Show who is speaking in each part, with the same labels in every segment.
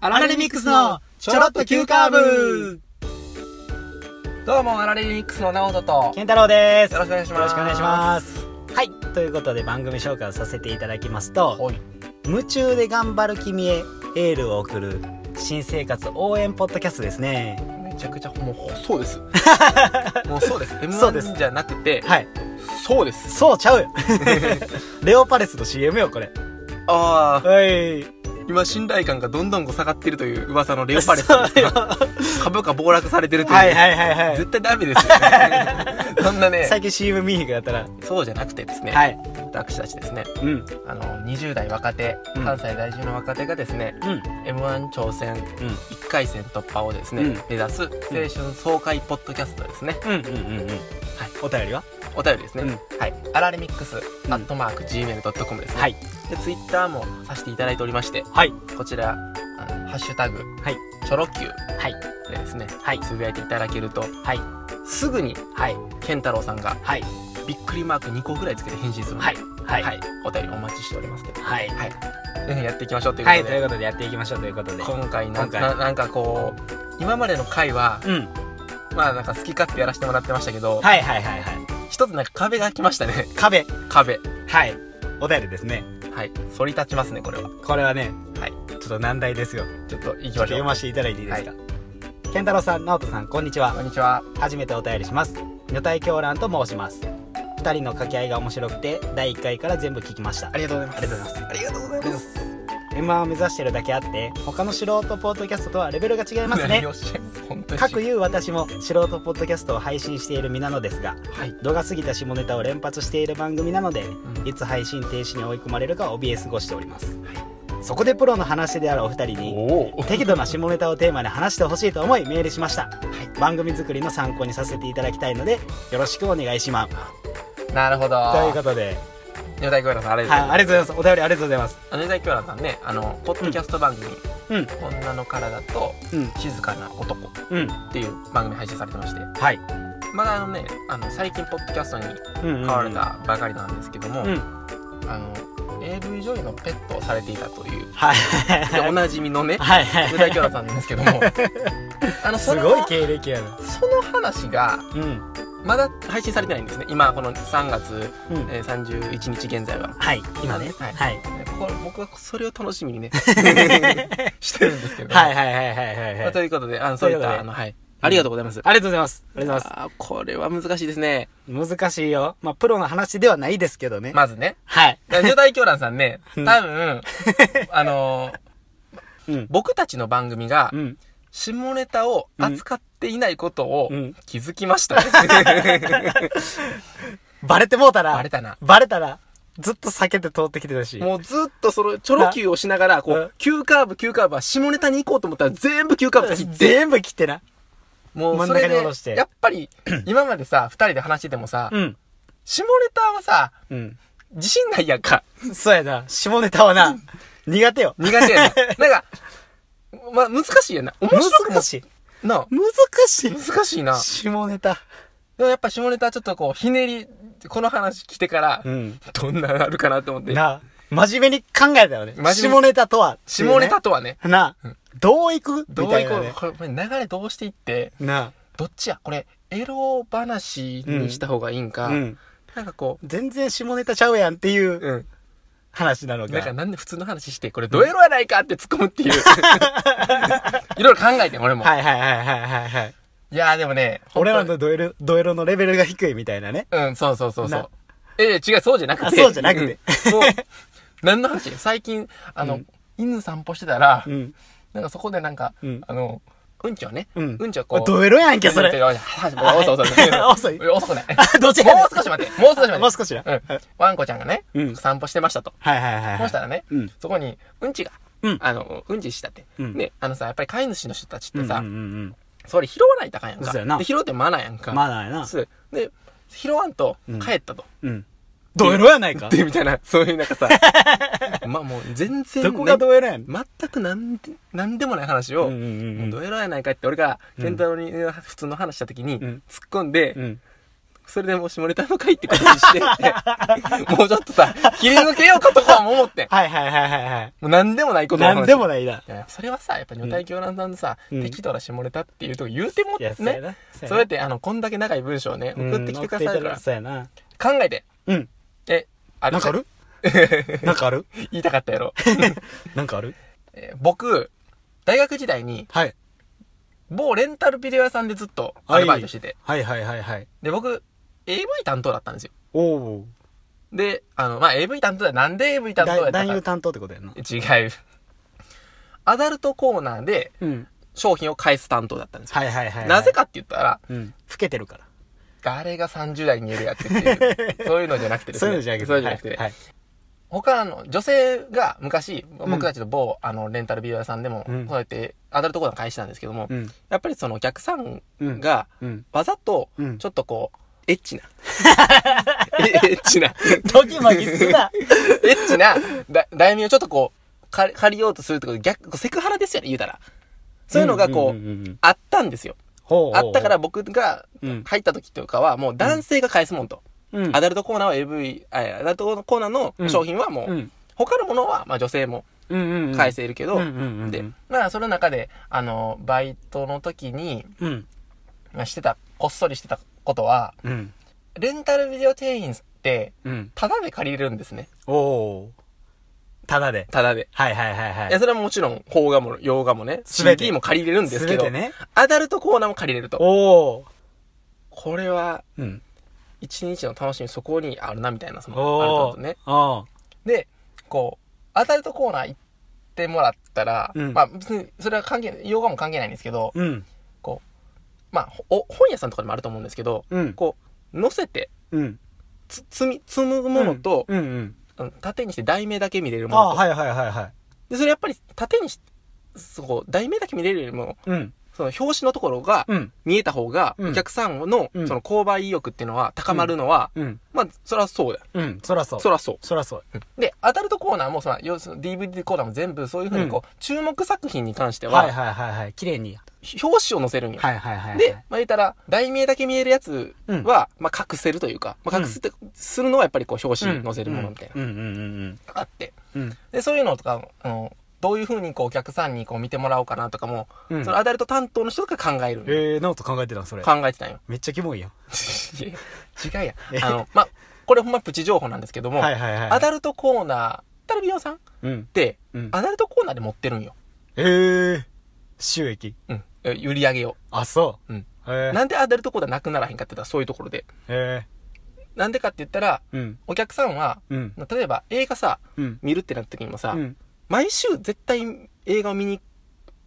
Speaker 1: アラレミックスのちょろっと急カーブ
Speaker 2: どうもアラレミックスの直人と
Speaker 1: 健太郎です。
Speaker 2: よろしくお願いします
Speaker 1: よろしくお願いします。はい。ということで番組紹介をさせていただきますと、
Speaker 2: はい
Speaker 1: 夢中で頑張る君へエールを送る新生活応援ポッドキャストですね。
Speaker 2: めちゃくちゃもうそう ですもうそうです m
Speaker 1: そうです
Speaker 2: 1じゃなくて
Speaker 1: はい。
Speaker 2: そうです
Speaker 1: そうちゃ うよレオパレスの CM よ、これ。
Speaker 2: ああ
Speaker 1: はい。
Speaker 2: 今信頼感がどんどん下がってるという噂のレオパレスですね株価暴落されてるという、
Speaker 1: はいはいはいはい。
Speaker 2: 絶対ダメです よねそんなね
Speaker 1: 最近 CM 見えへんくなったら。
Speaker 2: そうじゃなくてですね、
Speaker 1: はい。
Speaker 2: 私たちですね
Speaker 1: うん。
Speaker 2: あの20代若手、
Speaker 1: うん
Speaker 2: 関西在住の若手がですね
Speaker 1: うん。
Speaker 2: m 1挑戦
Speaker 1: うん。
Speaker 2: 1回戦突破をですね、
Speaker 1: うん
Speaker 2: 目指す青春爽快ポッドキャストですね
Speaker 1: うんうんうんうん。はい。お便りは
Speaker 2: お便りですね、
Speaker 1: う
Speaker 2: はいアラレミックス、
Speaker 1: ん
Speaker 2: アットマーク Gmail.com ですね、
Speaker 1: はい。
Speaker 2: でツイッターもさせていただいておりまして
Speaker 1: はい。
Speaker 2: こちらあのハッシュタグ、
Speaker 1: はい
Speaker 2: チョロ Q
Speaker 1: はい。
Speaker 2: でですね
Speaker 1: はい。
Speaker 2: つぶやいていただけると
Speaker 1: はい。
Speaker 2: すぐに
Speaker 1: はい。
Speaker 2: 健太郎さんが
Speaker 1: はい。
Speaker 2: びっくりマーク2個ぐらいつけて返信するので
Speaker 1: はい。はい。
Speaker 2: はい、お便りお待ちしておりますので
Speaker 1: はい。
Speaker 2: はいぜひやっていきましょうというこ
Speaker 1: は
Speaker 2: と
Speaker 1: い。
Speaker 2: で、
Speaker 1: ということでやっていきましょうということで。
Speaker 2: 今回なん
Speaker 1: 今回
Speaker 2: ななんかこう今までの回は
Speaker 1: うん。
Speaker 2: まあなんか好き勝手やらせてもらってましたけど、
Speaker 1: はいはいはいはい。
Speaker 2: 一つなんか壁が来ましたね
Speaker 1: 壁。
Speaker 2: 壁
Speaker 1: はい。お便りですね。
Speaker 2: はい反り立ちますねこれは
Speaker 1: これはね、
Speaker 2: はい
Speaker 1: ちょっと難題ですよ。
Speaker 2: ちょっと行き
Speaker 1: ちょっと
Speaker 2: ましょ
Speaker 1: 読
Speaker 2: う
Speaker 1: ませていただいていいですか。健太郎さん、直人さん、こんにち
Speaker 2: こ
Speaker 1: は。
Speaker 2: んにちは
Speaker 1: 初めてお便りします。女体狂乱と申します。二人の掛け合いが面白くて、第一回から全部聞きました。
Speaker 2: りがとうございます
Speaker 1: ありがとうございます
Speaker 2: ありがとうございます
Speaker 1: M1 を目指してるだけあって、他の素人ポッドキャストとはレベルが 違います ね
Speaker 2: 何。をしてんの本当に
Speaker 1: かくいう私も素人ポッドキャストを配信している身なのですが
Speaker 2: はい
Speaker 1: 度が過ぎた下ネタを連発している番組なので
Speaker 2: うん
Speaker 1: いつ配信停止に追い込まれるか怯え過ごしておりますそこでプロの話し手であるお二人に
Speaker 2: おお
Speaker 1: 適度な下ネタをテーマに話してほしいと思いメールしました、
Speaker 2: い
Speaker 1: 番組作りの参考にさせていただきたいのでよろしくお願いします
Speaker 2: なるほど
Speaker 1: ということで、
Speaker 2: 女大教団さんありがとうございま
Speaker 1: は
Speaker 2: す
Speaker 1: い、ありがとうございますお便りありがとうございます
Speaker 2: あの大教団さんねあのポッドキャスト番組「
Speaker 1: うん
Speaker 2: 女の体と
Speaker 1: うん
Speaker 2: 静かな男」っ
Speaker 1: うん
Speaker 2: ていう番組配信されてまして
Speaker 1: はい
Speaker 2: まだあのねあの最近ポッドキャストに
Speaker 1: 変
Speaker 2: 変われたばかりなんですけども、
Speaker 1: うん
Speaker 2: あの AV 女優のペットをされていたという
Speaker 1: はい
Speaker 2: でおなじみのね
Speaker 1: はい
Speaker 2: 女大教
Speaker 1: は
Speaker 2: 団さんなんですけ どもあの
Speaker 1: い
Speaker 2: そ
Speaker 1: す
Speaker 2: の
Speaker 1: ごい経歴やな
Speaker 2: その話が
Speaker 1: うん
Speaker 2: まだ配信されてないんですね今この3月、
Speaker 1: うん
Speaker 2: えー31日現在は
Speaker 1: はい今ね
Speaker 2: はい
Speaker 1: はい
Speaker 2: これ僕はそれを楽しみに ねしてるんですけど、
Speaker 1: はいはいはいはいはい、
Speaker 2: ま
Speaker 1: は
Speaker 2: あ
Speaker 1: い
Speaker 2: と。いうことであのそういっ
Speaker 1: ということで
Speaker 2: たあのはいありがとうございます、
Speaker 1: ありがとうございます。ありがとうござい
Speaker 2: あーこれは難しいですね
Speaker 1: ます。難しいよ。まあ、プロの話ではないですけどね。
Speaker 2: まずね
Speaker 1: はい。
Speaker 2: 女大狂乱さんね多
Speaker 1: うん
Speaker 2: 分あの
Speaker 1: うん。
Speaker 2: 僕たちの番組が
Speaker 1: うん。
Speaker 2: 下ネタを扱っていないことを
Speaker 1: うん
Speaker 2: 気づきました ね、
Speaker 1: バレてもうたら。
Speaker 2: バレたな
Speaker 1: バレたら、ずっと避けて通ってきてたし。
Speaker 2: もうずっとそのチョロ Q をしながらこ
Speaker 1: うん
Speaker 2: う急カーブ急カーブは下ネタに行こうと思ったら全部急カーブ切って
Speaker 1: 全部切ってな。
Speaker 2: も
Speaker 1: 真
Speaker 2: うんそれ
Speaker 1: 中に
Speaker 2: で
Speaker 1: 戻して
Speaker 2: やっぱ り今までさ二人で話しててもさ、
Speaker 1: うん。
Speaker 2: 下ネタはさ
Speaker 1: うん。
Speaker 2: 自信ないやんか
Speaker 1: そうやな。下ネタはな、苦手よ。
Speaker 2: 苦手や ななんかまあ難しいやな面白くも
Speaker 1: 難しい。
Speaker 2: な
Speaker 1: 難しい。
Speaker 2: 難しいな
Speaker 1: 下ネタ。
Speaker 2: でもやっぱ下ネタはちょっとこうひねりこの話来てから、
Speaker 1: うん。
Speaker 2: どんなのあるかなと思って
Speaker 1: な真面目に考えたよね。
Speaker 2: 真面目
Speaker 1: 下ネタとは、
Speaker 2: 下ネタとはね
Speaker 1: な
Speaker 2: うん、
Speaker 1: どういく
Speaker 2: ど
Speaker 1: み
Speaker 2: う
Speaker 1: た
Speaker 2: い
Speaker 1: い
Speaker 2: こ
Speaker 1: な
Speaker 2: う、
Speaker 1: ね。
Speaker 2: これこれ流れどうしていって
Speaker 1: な
Speaker 2: どっちやこれエロ話にした方がいいんか、
Speaker 1: うん。
Speaker 2: なんかこう
Speaker 1: 全然下ネタちゃうやんっていう
Speaker 2: うん。
Speaker 1: 話なの
Speaker 2: なんか
Speaker 1: が。
Speaker 2: なんで普通の話して、これドエロやないかって突っ込むっ ていう。いろいろ考えてん、俺も。
Speaker 1: はいはいはいはいはいはい。
Speaker 2: いやーでもね、
Speaker 1: 俺ら
Speaker 2: 本
Speaker 1: のドエル、ドエロのレベルが低いみたいなね。
Speaker 2: 当にうん、そうそうそうそ
Speaker 1: な
Speaker 2: う。ええ、違う、そうじゃなくて。
Speaker 1: あそうじゃなくて
Speaker 2: うん。もう、何の話最近、あの、犬散歩してたら
Speaker 1: う、ん。
Speaker 2: なんかそこでなんか
Speaker 1: うん、
Speaker 2: あの、うんちをね、
Speaker 1: うん
Speaker 2: うんちをこう。
Speaker 1: ドエロやんけ、そ
Speaker 2: うんち
Speaker 1: れ。
Speaker 2: を遅い遅い遅い。
Speaker 1: 遅い
Speaker 2: 遅くない。
Speaker 1: あ、 どっちや
Speaker 2: もう少し待って。もう少し待って。
Speaker 1: もう少しな。
Speaker 2: う
Speaker 1: は
Speaker 2: ん。ワンコちゃんがね
Speaker 1: う、ん
Speaker 2: 散歩してましたと。
Speaker 1: いはいはい
Speaker 2: そ
Speaker 1: は
Speaker 2: したらね、
Speaker 1: うん
Speaker 2: そこにうんちが、
Speaker 1: うん
Speaker 2: あのうんちしたって、
Speaker 1: うん
Speaker 2: ねあのさやっぱり飼い主の人たちって
Speaker 1: い。
Speaker 2: さ、
Speaker 1: うんうんうん
Speaker 2: それ拾わないとあかんやんか
Speaker 1: そうやな
Speaker 2: で拾うってマナーやんか、
Speaker 1: うん。まだやな。
Speaker 2: そうで拾わんと
Speaker 1: うん
Speaker 2: 帰ったと、
Speaker 1: うん。ドエロやないか。
Speaker 2: でみたいなそういうなんかさ まあもう全然
Speaker 1: どこがドエロやん。
Speaker 2: な全くなんでなんでもない話を、
Speaker 1: うんうんうん
Speaker 2: もうどうやらやないかって俺が健太郎に普通の話した時に
Speaker 1: ん
Speaker 2: 突っ込んで、
Speaker 1: うん。
Speaker 2: それでもう下ネタの回ってことにして、もうちょっとさ、切り抜けようかとかも思ってん。
Speaker 1: はいはいはいはいはい。
Speaker 2: もう何でもないことの話
Speaker 1: なんでもないな。
Speaker 2: いやそれはさ、やっぱ女体狂乱さんのさ、
Speaker 1: うん
Speaker 2: 適当な下ネタっていうとこ言うても
Speaker 1: いや、そうや
Speaker 2: ね。
Speaker 1: な。
Speaker 2: そうやって、あの、こんだけ長い文章をね、
Speaker 1: うん
Speaker 2: 送ってきてくださるから、
Speaker 1: そうやな。
Speaker 2: 考えて。
Speaker 1: うん。
Speaker 2: え、あ
Speaker 1: なんかあ るなんかある
Speaker 2: 言いたかったやろ。
Speaker 1: なんかある
Speaker 2: えー僕、大学時代に、
Speaker 1: はい。
Speaker 2: 某レンタルビデオ屋さんでずっとアルバイトしてて。
Speaker 1: はいはいはいはい。
Speaker 2: で、僕、AV 担当だったんですよ。
Speaker 1: おお。
Speaker 2: で、あの、まあ、AV 担当だ。なんで AV 担当やった
Speaker 1: 男優
Speaker 2: か。
Speaker 1: 担当ってことやな。
Speaker 2: 違う。アダルトコーナーで
Speaker 1: うん。
Speaker 2: 商品を返す担当だったんですよ。
Speaker 1: はいはいはいはい。
Speaker 2: なぜかって言ったら、
Speaker 1: うん。老けてるから。
Speaker 2: 誰が30代に見えるやつっていう、 そういうのじゃなくてです
Speaker 1: そう
Speaker 2: ね。
Speaker 1: いうのじゃなくて。
Speaker 2: そういうのじゃなくて。
Speaker 1: はい。
Speaker 2: 他の、女性が昔、
Speaker 1: ん
Speaker 2: 僕たちの某、あの、レンタルビデオ屋さんでも、
Speaker 1: うん
Speaker 2: そうやって、アダルトコーナー返してたんですけども、
Speaker 1: うん。
Speaker 2: やっぱりそのお客さんが、
Speaker 1: うん。
Speaker 2: わざと
Speaker 1: うん、
Speaker 2: ちょっとこう、エッチ な。エッチな。
Speaker 1: ドキマキす な。
Speaker 2: エッチな、だ、題名をちょっとこう、借り借りようとするってことで逆、セクハラですよね、言うたら。そういうのがこう、
Speaker 1: んんんん
Speaker 2: あったんですよ。
Speaker 1: ほうほう
Speaker 2: あったから、僕が
Speaker 1: うん
Speaker 2: 入った時とかは、もう男性が返すもんと。
Speaker 1: うん
Speaker 2: アダルトコーナーは AV、あアダルトコーナーの商品はもう、
Speaker 1: うん
Speaker 2: 他のものは、まあ女性も
Speaker 1: うんうんうん
Speaker 2: 返せるけど、
Speaker 1: うんうんうんうん
Speaker 2: で、まあその中で、あの、バイトの時に、
Speaker 1: うん。
Speaker 2: まあしてた、こっそりしてたことは、
Speaker 1: うん。
Speaker 2: レンタルビデオ店員って、
Speaker 1: うん。
Speaker 2: タダで借りれるんですね。
Speaker 1: おお。ただで。
Speaker 2: タダで。
Speaker 1: はいはいはいはい
Speaker 2: や、
Speaker 1: い。
Speaker 2: それはもちろん、邦画も、洋画もね、
Speaker 1: 全て
Speaker 2: CD も借りれるんですけど、
Speaker 1: 全てね
Speaker 2: アダルトコーナーも借りれると。
Speaker 1: おお。
Speaker 2: これは、
Speaker 1: うん。
Speaker 2: 一日の楽しみそこにあるな、みたいな、そ
Speaker 1: お
Speaker 2: の、ある
Speaker 1: お
Speaker 2: と。ね。
Speaker 1: お
Speaker 2: で、こう、アダルトコーナー行ってもらったら、
Speaker 1: うん
Speaker 2: まあ別に、それは関係ない、洋画も関係ないんですけど、
Speaker 1: うん。
Speaker 2: こう、まあ、ほお本屋さんとかでもあると思うんですけど、
Speaker 1: うん。
Speaker 2: こう、乗せて、
Speaker 1: うん。
Speaker 2: つ、積み、積むものと、
Speaker 1: うんうん。
Speaker 2: うん縦にして題名だけ見れるも
Speaker 1: あ
Speaker 2: の
Speaker 1: あ、
Speaker 2: と、
Speaker 1: はいはいはいはい。
Speaker 2: で、それやっぱり縦にし、そこ、題名だけ見れるよりも、
Speaker 1: うん。
Speaker 2: その表紙のところが
Speaker 1: うん。
Speaker 2: 見えた方が、
Speaker 1: うん
Speaker 2: お客さんの、
Speaker 1: うん
Speaker 2: その購買意欲っていうのは高まるのは、
Speaker 1: うん。
Speaker 2: まあ、そらそうだ。
Speaker 1: うん。そらそう。
Speaker 2: そらそう。
Speaker 1: そらそう。
Speaker 2: で、アダルトコーナーも、その、要するに DVD コーナーも全部そういうふうにこう、注目作品に関しては、
Speaker 1: はいはいはいはい。綺麗に。
Speaker 2: 表紙を載せるんよ。
Speaker 1: はいはいはいはい。
Speaker 2: で、まあ言ったら、題名だけ見えるやつ
Speaker 1: うん
Speaker 2: は、まあ隠せるというか、まあ隠すって、するのはやっぱりこう、表
Speaker 1: う
Speaker 2: 紙
Speaker 1: ん、
Speaker 2: に載せるものみたいな、
Speaker 1: うんうんうん
Speaker 2: あって。
Speaker 1: うん。うん。
Speaker 2: で、そういうのとか、あの、どういうふうにこう、お客さんにこう、見てもらおうかなとかも、
Speaker 1: うん
Speaker 2: そのアダルト担当の人が考えるんよ
Speaker 1: えー、なおと考えてたのそれ。
Speaker 2: 考えてたんよ。
Speaker 1: めっちゃキモいやん。
Speaker 2: いや違うやん。あの、ま、これほんまプチ情報なんですけども、
Speaker 1: はいはいはい。
Speaker 2: アダルトコーナー、アダルビオさんっ
Speaker 1: うん。
Speaker 2: て、
Speaker 1: うん。
Speaker 2: アダルトコーナーで持ってるんよ。
Speaker 1: えー、収益。
Speaker 2: うん。え売り上げを。
Speaker 1: あ、そう。
Speaker 2: うん。
Speaker 1: えー、
Speaker 2: なんでアダルトコーナーなくならへんかって言ったらそういうところで。
Speaker 1: え
Speaker 2: なんでかって言ったら、
Speaker 1: ー、うん。
Speaker 2: お客さんは、
Speaker 1: うん。
Speaker 2: 例えば映画さ、
Speaker 1: うん。
Speaker 2: 見るってなった時にもさ、
Speaker 1: うん。
Speaker 2: 毎週絶対映画を見に、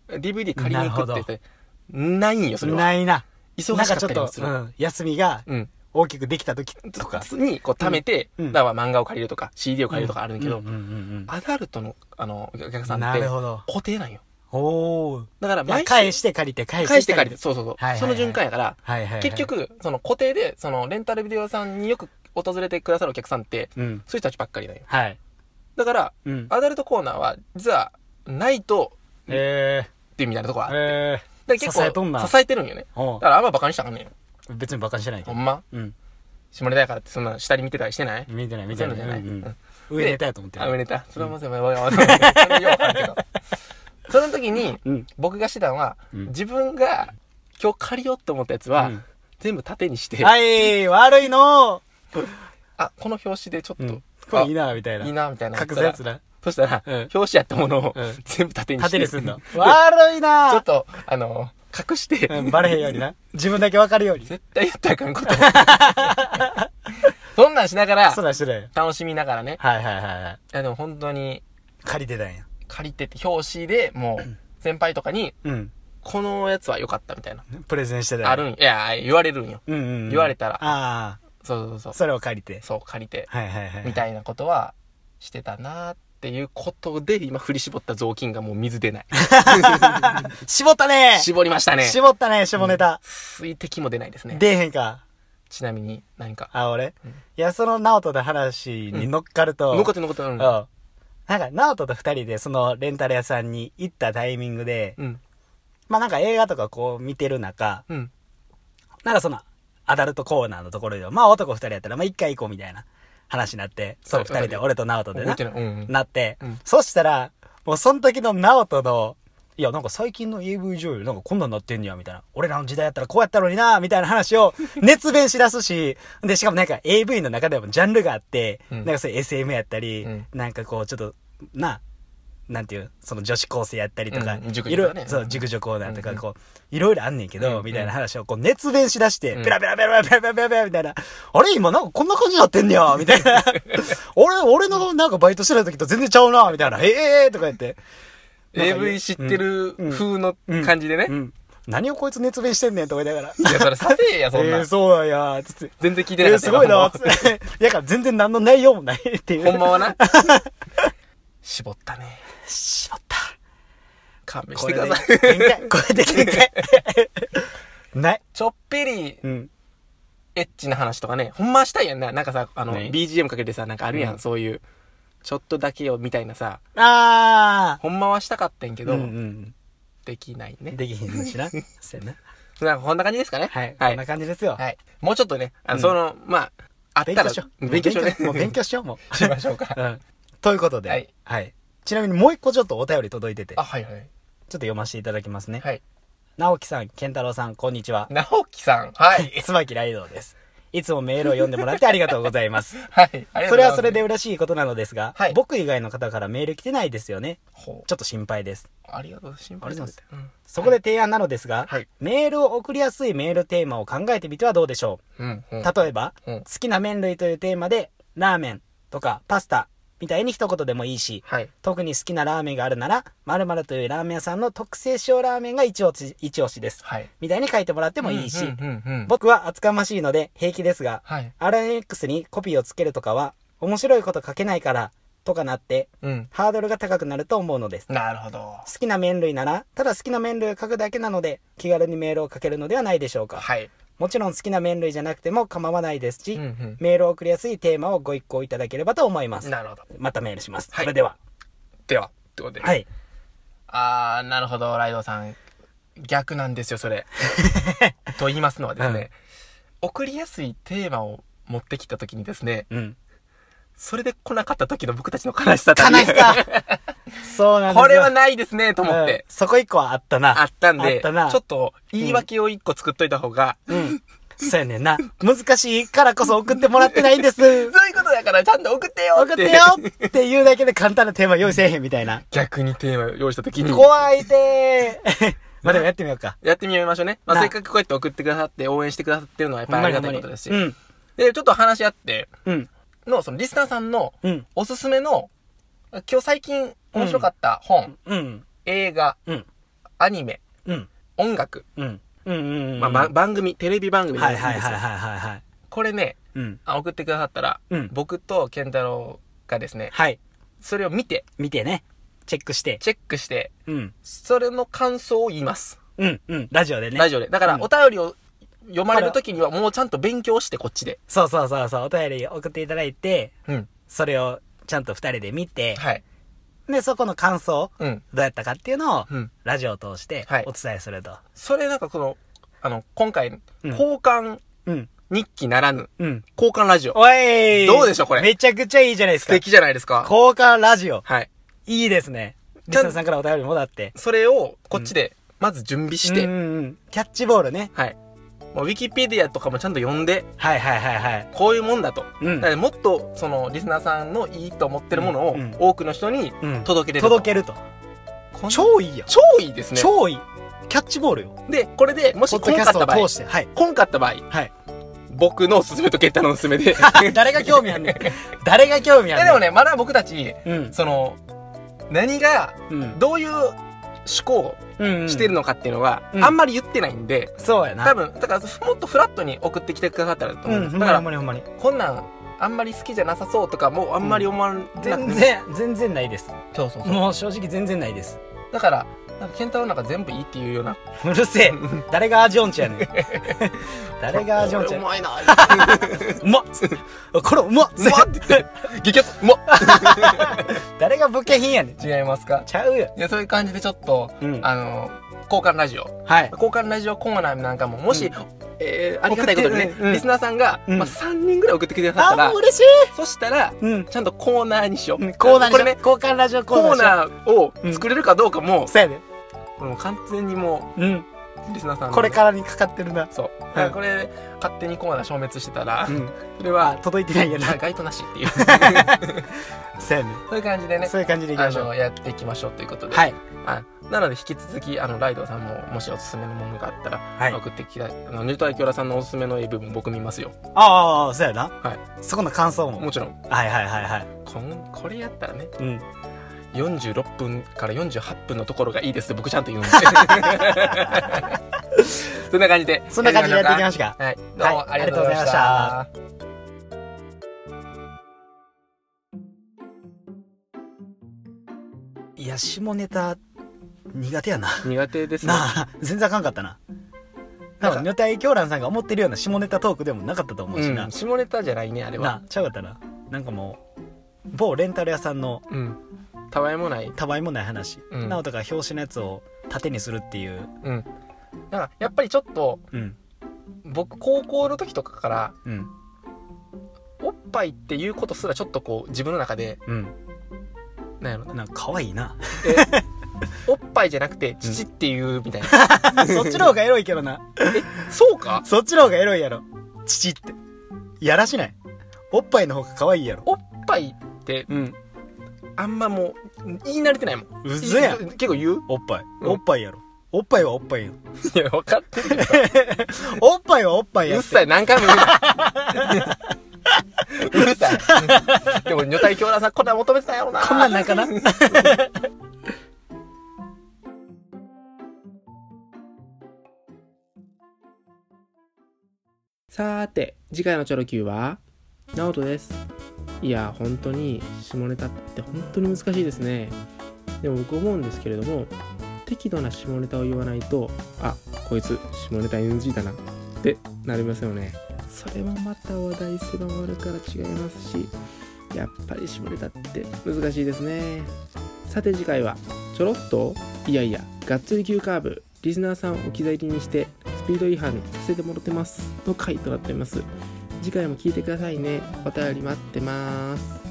Speaker 2: DVD 借りに行くって言って、ないんよ、それは。
Speaker 1: ないな。
Speaker 2: 忙
Speaker 1: なん
Speaker 2: しか
Speaker 1: か
Speaker 2: った
Speaker 1: ちょっ
Speaker 2: りも
Speaker 1: と
Speaker 2: す、る
Speaker 1: う。ん。休みが
Speaker 2: うん。
Speaker 1: 大きくできた時とか。
Speaker 2: に、こう、貯めて、
Speaker 1: うん
Speaker 2: だから漫画を借りるとか、CD を借りるとかあるんだけど、
Speaker 1: うんうんうん
Speaker 2: アダルトの、あの、お客
Speaker 1: う
Speaker 2: さ
Speaker 1: ん。
Speaker 2: んっ
Speaker 1: な
Speaker 2: て
Speaker 1: る、ほど。
Speaker 2: 固定なんよ。
Speaker 1: おー。
Speaker 2: だから
Speaker 1: いや
Speaker 2: 毎
Speaker 1: 返
Speaker 2: 週、
Speaker 1: して借りて、返して。
Speaker 2: 返して借りて、。そうそうそう。
Speaker 1: はいはいはい
Speaker 2: その循環やから、
Speaker 1: はいはいはい。
Speaker 2: 結、局、その固定で、そのレンタルビデオ屋さんによく訪れてくださるお客さんって、
Speaker 1: うん。
Speaker 2: そういう人たちばっかりだよ。
Speaker 1: はい。
Speaker 2: だから、
Speaker 1: うん。
Speaker 2: アダルトコーナーは、実は、ないと、
Speaker 1: え
Speaker 2: っていうみたいなところ
Speaker 1: ー、
Speaker 2: は、
Speaker 1: え
Speaker 2: だから結構
Speaker 1: 支えとんな
Speaker 2: 支えてるんよね。
Speaker 1: ー、お
Speaker 2: だ
Speaker 1: う
Speaker 2: からあんまバカにしたらあかんねんよ。
Speaker 1: 別にバカにしてないけ
Speaker 2: ほ
Speaker 1: ど。
Speaker 2: んま
Speaker 1: うん。
Speaker 2: 下ネタやからってそんな下に見てたりしてない
Speaker 1: 見てない、見てな
Speaker 2: そういうの
Speaker 1: い。
Speaker 2: じゃない
Speaker 1: うんうん
Speaker 2: うん
Speaker 1: 上ネタやと思って
Speaker 2: あ、め
Speaker 1: る。
Speaker 2: でた。それはもう、それはもう、それはよくわかるけど。その時に、
Speaker 1: うん。
Speaker 2: 僕がしてたのは、
Speaker 1: うん
Speaker 2: 自分が今日借りようと思ったやつは、
Speaker 1: うん
Speaker 2: 全部縦にして、
Speaker 1: はい、悪いの
Speaker 2: あ、この表紙でちょっ
Speaker 1: う
Speaker 2: と
Speaker 1: ん、。これいいな、みたい
Speaker 2: あ
Speaker 1: な。
Speaker 2: いいなみたいな。
Speaker 1: 隠すやつな。
Speaker 2: そしたら、
Speaker 1: うん
Speaker 2: 表紙やったものを
Speaker 1: うん
Speaker 2: 全部縦にして。。
Speaker 1: 縦にすんの悪い な
Speaker 2: ちょっと、あの、隠して、
Speaker 1: うん、バレへんようにな。自分だけわかるように。
Speaker 2: 絶対やったらあかんこと。 そんなんしながら
Speaker 1: そ、うだしてたよ。
Speaker 2: 楽しみながらね。
Speaker 1: はいはいはいはい。
Speaker 2: いやでも本当に、
Speaker 1: 借りてたんや。
Speaker 2: 借りてて、表紙でもう、先輩とかに、
Speaker 1: うん。
Speaker 2: このやつは良かったみたいな。
Speaker 1: プレゼンしてたんや
Speaker 2: あ。るん、いや、言われるんよ。
Speaker 1: うんうんうん。
Speaker 2: 言われたら
Speaker 1: あ
Speaker 2: そうそうそ
Speaker 1: あ。
Speaker 2: う。
Speaker 1: それを借りて。
Speaker 2: そう、借りて。
Speaker 1: はいはいはい。
Speaker 2: み
Speaker 1: い。
Speaker 2: たいなことはしてたなっていうことで、今振り絞った雑巾がもう水出 ない。
Speaker 1: 絞ったね
Speaker 2: 絞りましたね。
Speaker 1: 絞ったね、絞ネタ。
Speaker 2: 水滴も出ないですね。
Speaker 1: 出えへんか。
Speaker 2: ちなみに何か。
Speaker 1: あ、俺。いや、その、ナオトの話に乗っかると。
Speaker 2: 残って残って
Speaker 1: うん。
Speaker 2: う
Speaker 1: なんか、ナオトと二人で、その、レンタル屋さんに行ったタイミングで、
Speaker 2: ん。うん。
Speaker 1: まあなんか映画とかこう見てる中、
Speaker 2: うん。
Speaker 1: なんかその、アダルトコーナーのところでは、まあ男二人やったら、まあ一回行こうみたいな話になって、そ
Speaker 2: は
Speaker 1: う、
Speaker 2: い
Speaker 1: 二人で、俺と直人で
Speaker 2: 覚え
Speaker 1: な
Speaker 2: て、ない。うんうん。
Speaker 1: なって、
Speaker 2: うん
Speaker 1: そしたら、もうその時の直人の、いや、なんか最近の AV 女優、なんかこんなんなってんねや、みたいな。俺らの時代やったらこうやったのにな、みたいな話 を熱弁し出すし、で、しかもなんか AV の中でもジャンルがあって、
Speaker 2: うん
Speaker 1: なんかそういう SM やったり、
Speaker 2: うん
Speaker 1: なんかこう、ちょっと、な、なんていう、その女子高生やったりとか、
Speaker 2: うん塾
Speaker 1: いろい
Speaker 2: とかね
Speaker 1: ろ、そうう、
Speaker 2: ん
Speaker 1: 塾女コーナーとか、こう、いろいろあんねんけど、
Speaker 2: うん
Speaker 1: みたいな話をこう熱弁しだして、
Speaker 2: ん
Speaker 1: ペラペラペラペラペラペラペラみたいな、あれ今なんかこんな感じになってんねや、みたいな。俺、俺のなんかバイトしてた時と全然ちゃうな、みたいな。ええーとか言って。
Speaker 2: AV 知ってる風の感じでね
Speaker 1: う。ん。何をこいつ熱弁してんねんとか言いながら。
Speaker 2: いや、それさせえや、そん
Speaker 1: え
Speaker 2: な
Speaker 1: ー、。そうなんや、つって。
Speaker 2: 全然聞いて
Speaker 1: え
Speaker 2: なか
Speaker 1: ー、
Speaker 2: った
Speaker 1: す
Speaker 2: よ。
Speaker 1: ごいな、つって。いや、だから全然何の内容もないっていう。
Speaker 2: ほんまは な。絞ったね。
Speaker 1: しまった。
Speaker 2: 勘弁し
Speaker 1: こ
Speaker 2: て
Speaker 1: れ
Speaker 2: く
Speaker 1: で
Speaker 2: ださい。
Speaker 1: 限界。これで限界。ない。
Speaker 2: ちょっぴり
Speaker 1: うん。
Speaker 2: エッチな話とかね、ほんまはしたいやんな。なんかさ、あの、
Speaker 1: ね
Speaker 2: BGM かけてさ、なんかあるやん、
Speaker 1: うん
Speaker 2: そういう、ちょっとだけよ、みたいなさ、
Speaker 1: あ
Speaker 2: ほんまはしたかったんけ
Speaker 1: ー。
Speaker 2: ど、
Speaker 1: うんうん
Speaker 2: できない
Speaker 1: うん。
Speaker 2: ね。
Speaker 1: できへんしな。そうやな。
Speaker 2: なんかこんな感じですかね。
Speaker 1: はい。
Speaker 2: は
Speaker 1: こん
Speaker 2: い。
Speaker 1: な感じですよ。
Speaker 2: はいもうちょっとね、あの、その、まあ、あっ
Speaker 1: 勉
Speaker 2: たら
Speaker 1: 強しよ、う。
Speaker 2: 勉強しようね。
Speaker 1: もう勉強しよう、も う。
Speaker 2: しましょうか。
Speaker 1: うんということで、
Speaker 2: は
Speaker 1: はいい、ちなみにもう一個ちょっとお便り届いてて、ちょ
Speaker 2: あ、
Speaker 1: っ
Speaker 2: はいはい。
Speaker 1: と読ませていただきますね。
Speaker 2: はい。
Speaker 1: 直樹さん、健太郎さん、こんに ちは。
Speaker 2: 直樹さん。はい。
Speaker 1: 椿ライドウです。いつもメールを読んでもらってありがとうございます。
Speaker 2: はい。 ありがとうございます
Speaker 1: それはそれで。嬉しいことなのですが、
Speaker 2: はい
Speaker 1: 僕以外の方からメール来てないですよね。
Speaker 2: ほう。
Speaker 1: ちょっと心配です。
Speaker 2: ありがとう。心配
Speaker 1: ありが
Speaker 2: で
Speaker 1: と
Speaker 2: す。うん
Speaker 1: そこで提案なのですが、
Speaker 2: はい
Speaker 1: メールを送りやすいメールテーマを考えてみてはどうでしょ
Speaker 2: うん。う
Speaker 1: う。
Speaker 2: ん
Speaker 1: 例えば、
Speaker 2: うん
Speaker 1: 好きな麺類というテーマで、ラーメンとかパスタみたいに一言でもいいし、
Speaker 2: はい。
Speaker 1: 特に好きなラーメンがあるなら、〇〇というラーメン屋さんの特製塩ラーメンが一押し、一押しです。
Speaker 2: はい。
Speaker 1: みたいに書いてもらってもいいし、
Speaker 2: うんうんうんうん。
Speaker 1: 僕は厚かましいので平気ですが、
Speaker 2: はい。
Speaker 1: RNX にコピーをつけるとかは、面白いこと書けないから、とかなって、
Speaker 2: うん。
Speaker 1: ハードルが高くなると思うのです。
Speaker 2: なるほど。
Speaker 1: 好きな麺類なら、ただ好きな麺類を書くだけなので、気軽にメールを書けるのではないでしょうか。
Speaker 2: はい。
Speaker 1: もちろん好きな麺類じゃなくても構わないですし、
Speaker 2: うんうん
Speaker 1: メールを送りやすいテーマをご一行いただければと思います。
Speaker 2: なるほど。
Speaker 1: またメールします。
Speaker 2: はい
Speaker 1: それでは。
Speaker 2: では、ってことで。
Speaker 1: はい。
Speaker 2: あー、なるほど、ライドさん。逆なんですよ、そ れ。と言いますのはですね、送りやすいテーマを持ってきたときにですね、
Speaker 1: うん。
Speaker 2: それで来なかった時の僕たちの悲しさたる
Speaker 1: 悲しさそうな んですよ
Speaker 2: これはないですね、と思って
Speaker 1: うん。そこ一個はあったな。
Speaker 2: あったん
Speaker 1: あっ
Speaker 2: で、ち
Speaker 1: たな。
Speaker 2: ょっと言い訳を一個作っといた方が、
Speaker 1: うん。そうやねんな。難しいからこそ送ってもらってないん です。
Speaker 2: そういうことだからちゃんと送ってよ
Speaker 1: 送ってよっていうだけで簡単なテーマ用意せえへんみたいな。
Speaker 2: 逆にテーマを用意した時に、
Speaker 1: 怖いて ーまあでもやってみようか。
Speaker 2: やってみましょうね。まあ、
Speaker 1: な
Speaker 2: せっかくこうやって送ってくださって、応援してくださってるのはやっぱりありがたいことですし。
Speaker 1: うん。
Speaker 2: で、ちょっと話し合って、
Speaker 1: うん。
Speaker 2: の、そのリスナーさんの、
Speaker 1: うん。
Speaker 2: おすすめの、今日最近面白かった本、
Speaker 1: うん。
Speaker 2: 映画、
Speaker 1: うん。
Speaker 2: アニメ、
Speaker 1: うん。
Speaker 2: 音楽、
Speaker 1: うん。うん。うん。
Speaker 2: まあば番組、テレビ番組
Speaker 1: はい
Speaker 2: で
Speaker 1: はいはい
Speaker 2: いいんですよ
Speaker 1: はいはいはい。
Speaker 2: これね、
Speaker 1: うん。
Speaker 2: あ送ってくださったら、
Speaker 1: うん
Speaker 2: 僕と健太郎がですね、
Speaker 1: はい。
Speaker 2: それを見て、
Speaker 1: 見てね。チェックして。
Speaker 2: チェックして、
Speaker 1: うん。
Speaker 2: それの感想を言います。
Speaker 1: うん。うん。ラジオでね。
Speaker 2: ラジオで。だから、
Speaker 1: うん
Speaker 2: お便りを読まれる時には、もうちゃんと勉強して、こっちで。
Speaker 1: そうそうそうそう。お便り送っていただいて、
Speaker 2: うん。
Speaker 1: それをちゃんと二人で見て、
Speaker 2: はい。
Speaker 1: で、そこの感想、
Speaker 2: うん。
Speaker 1: どうやったかっていうのを、
Speaker 2: うん
Speaker 1: ラジオを通して
Speaker 2: はい
Speaker 1: お伝えすると。
Speaker 2: それなんかこの、あの、今回、
Speaker 1: うん
Speaker 2: 交換
Speaker 1: うん。
Speaker 2: 日記ならぬ、
Speaker 1: うん。
Speaker 2: 交換ラジオ。
Speaker 1: おい
Speaker 2: どうでしょうこれ
Speaker 1: めちゃくちゃいいじゃないです
Speaker 2: 素
Speaker 1: か。
Speaker 2: 敵じゃないですか。
Speaker 1: 交換ラジオ。
Speaker 2: はい。
Speaker 1: いいですね。リ
Speaker 2: ちゃん
Speaker 1: スナーさんからお便りもらって。
Speaker 2: それを、こっちで、まず準備して、
Speaker 1: うんうんうん。キャッチボールね。
Speaker 2: はい。もうウィキペディアとかもちゃんと読んで、
Speaker 1: はいはいはいはい。
Speaker 2: こういうもんだと。
Speaker 1: うん
Speaker 2: だからもっと、その、リスナーさんのいいと思ってるものを
Speaker 1: うんうん、
Speaker 2: 多くの人に
Speaker 1: うん
Speaker 2: 届けれると。
Speaker 1: 届けると。
Speaker 2: こん超、
Speaker 1: 超いいやん。
Speaker 2: いいですね。
Speaker 1: 超いい。キャッチボールよ。
Speaker 2: で、これで、もし来
Speaker 1: ポッドキ
Speaker 2: ん
Speaker 1: ャ
Speaker 2: か
Speaker 1: ス
Speaker 2: った場
Speaker 1: トを
Speaker 2: 合
Speaker 1: 通、して。はい。
Speaker 2: 来んかった場合、
Speaker 1: はい。
Speaker 2: 僕のおすすめとケッタのおすす めで。
Speaker 1: 誰が興味あんねん。誰が興味あん
Speaker 2: え
Speaker 1: ねん。
Speaker 2: でもね、まだ僕たち、
Speaker 1: うん。
Speaker 2: その、何が、
Speaker 1: うん。
Speaker 2: どういう思考
Speaker 1: うんう
Speaker 2: を
Speaker 1: ん。
Speaker 2: してるのかっていうのは、
Speaker 1: うん
Speaker 2: あんまり言ってないんで、
Speaker 1: そうやな。
Speaker 2: 多分、だから、もっとフラットに送ってきてくださったらと思
Speaker 1: う
Speaker 2: うん
Speaker 1: ん。
Speaker 2: です。
Speaker 1: ほん
Speaker 2: だ
Speaker 1: ま
Speaker 2: か
Speaker 1: に
Speaker 2: ら
Speaker 1: ほん、まにほんまに。
Speaker 2: こんなんあんまり好きじゃなさそうとかもあんまり思わなくても
Speaker 1: 全然、全然ないです。
Speaker 2: そうそうそう
Speaker 1: もう正直全然ないです。
Speaker 2: だからなんか健太郎なんか全部いいっていうような
Speaker 1: うるせえ。 誰がアジオンチや ねん。誰がアジオンチ
Speaker 2: 俺う
Speaker 1: やねん。
Speaker 2: まいなう
Speaker 1: うまっこれう まっ
Speaker 2: まっって 言って激アツうまっ
Speaker 1: 誰が武家品やねん。
Speaker 2: 違いますか
Speaker 1: ちゃうよ。
Speaker 2: いやそういう感じでちょっと、
Speaker 1: うん
Speaker 2: あの交換ラジオ
Speaker 1: はい。
Speaker 2: 交換ラジオコーナーなんかももし、えーありがたいことに
Speaker 1: 送っ
Speaker 2: ね
Speaker 1: て、るうん
Speaker 2: リスナーさんが、
Speaker 1: うん
Speaker 2: まあ、3人ぐらい送ってきてくださった
Speaker 1: あ
Speaker 2: ら
Speaker 1: ー、、嬉しい
Speaker 2: そしたら、
Speaker 1: うん。
Speaker 2: ちゃんとコーナーにしよう。
Speaker 1: コーナーに
Speaker 2: こ
Speaker 1: しよう
Speaker 2: れね、
Speaker 1: 交換ラジオコー
Speaker 2: コ
Speaker 1: ナー
Speaker 2: ー
Speaker 1: にしよう
Speaker 2: ナーを作れるかどうかも、
Speaker 1: そうやで。
Speaker 2: これもう完全にも
Speaker 1: うん。
Speaker 2: う、リスナーさんの
Speaker 1: これからにかかってるな。
Speaker 2: そう。だからこれ、勝手にコーナー消滅してたら
Speaker 1: う、ん。
Speaker 2: それ
Speaker 1: あ
Speaker 2: は、、
Speaker 1: 届いてないや
Speaker 2: まあ
Speaker 1: な。
Speaker 2: 該当なし っていう、
Speaker 1: そうやね。
Speaker 2: そういう感じでね
Speaker 1: そ、ういう感じでいき
Speaker 2: あ
Speaker 1: ましょ
Speaker 2: の、
Speaker 1: う。
Speaker 2: やっていきましょうということで。
Speaker 1: はい。
Speaker 2: はいなので、引き続き、あの、ライドさんも、もしおすすめのものがあったら、
Speaker 1: はい。
Speaker 2: 送ってきた、あの、ニュートラキョラさんのおすすめの AV も僕見ますよ。
Speaker 1: ああ、そうやな。
Speaker 2: はい
Speaker 1: そこの感想も。
Speaker 2: もちろん、
Speaker 1: はいはいはいはい。
Speaker 2: こん、これやったらね、
Speaker 1: うん。
Speaker 2: 46分から48分のところがいいですって僕ちゃんと言うんで そんな感じで
Speaker 1: そんな感じでやっていき
Speaker 2: ま
Speaker 1: ましょうか。
Speaker 2: はいどうも、
Speaker 1: はい
Speaker 2: ありがとうございまし
Speaker 1: ありがとうございましたいや、下ネタ、苦手やな。
Speaker 2: 苦手ですね
Speaker 1: なあ、全然あかんかったな。多
Speaker 2: なんか
Speaker 1: 分、女体狂乱さんが思ってるような下ネタトークでもなかったと思うし
Speaker 2: う
Speaker 1: な。
Speaker 2: ん、下ネタじゃないねあれ
Speaker 1: な
Speaker 2: は
Speaker 1: あ、ちゃうかったな。なんかもう、某レンタル屋さんの
Speaker 2: うんたわいもない
Speaker 1: たわいもない話。
Speaker 2: うん
Speaker 1: なおとか表紙のやつを縦にするっていう。
Speaker 2: うんだからやっぱりちょっと
Speaker 1: うん。
Speaker 2: 僕高校の時とかから
Speaker 1: うん。
Speaker 2: おっぱいっていうことすらちょっとこう自分の中で
Speaker 1: うん。
Speaker 2: なんやろな
Speaker 1: なんか可愛い な。
Speaker 2: おっぱいじゃなくて父っていうみたい な、
Speaker 1: そっちの方がエロいけどな。
Speaker 2: そうか
Speaker 1: そっちの方がエロいやろ。父って。やらしない。おっぱいの方が可愛いやろ。
Speaker 2: おっぱいって
Speaker 1: うん。
Speaker 2: あんまもう言い慣れてないもん
Speaker 1: うぜやん。
Speaker 2: 結構言う
Speaker 1: おっぱい。
Speaker 2: うん
Speaker 1: おっぱいやろ。おっぱいはおっぱいやろ。
Speaker 2: いや分かってるけど
Speaker 1: おっぱいはおっぱいや
Speaker 2: う
Speaker 1: ろ。
Speaker 2: っさい、何回も言う な。うるさい。 でも、女体狂乱さん、こんなん求めてたんやろな。
Speaker 1: こんなんなんかな
Speaker 2: さーて、次回のチョロ Q は、ナオトです。いや、本当に、下ネタって本当に難しいですね。でも僕思うんですけれども、適度な下ネタを言わないと、あ、こいつ、下ネタ NG だな、ってなりますよね。それもまた話題狭まるから違いますし、やっぱり下ネタって難しいですね。さて次回はちょろっといやいやがっつり急カーブリスナーさんを置き去りにしてスピード違反させてもらってますの回となっております次回も聞いてくださいねお便り待ってます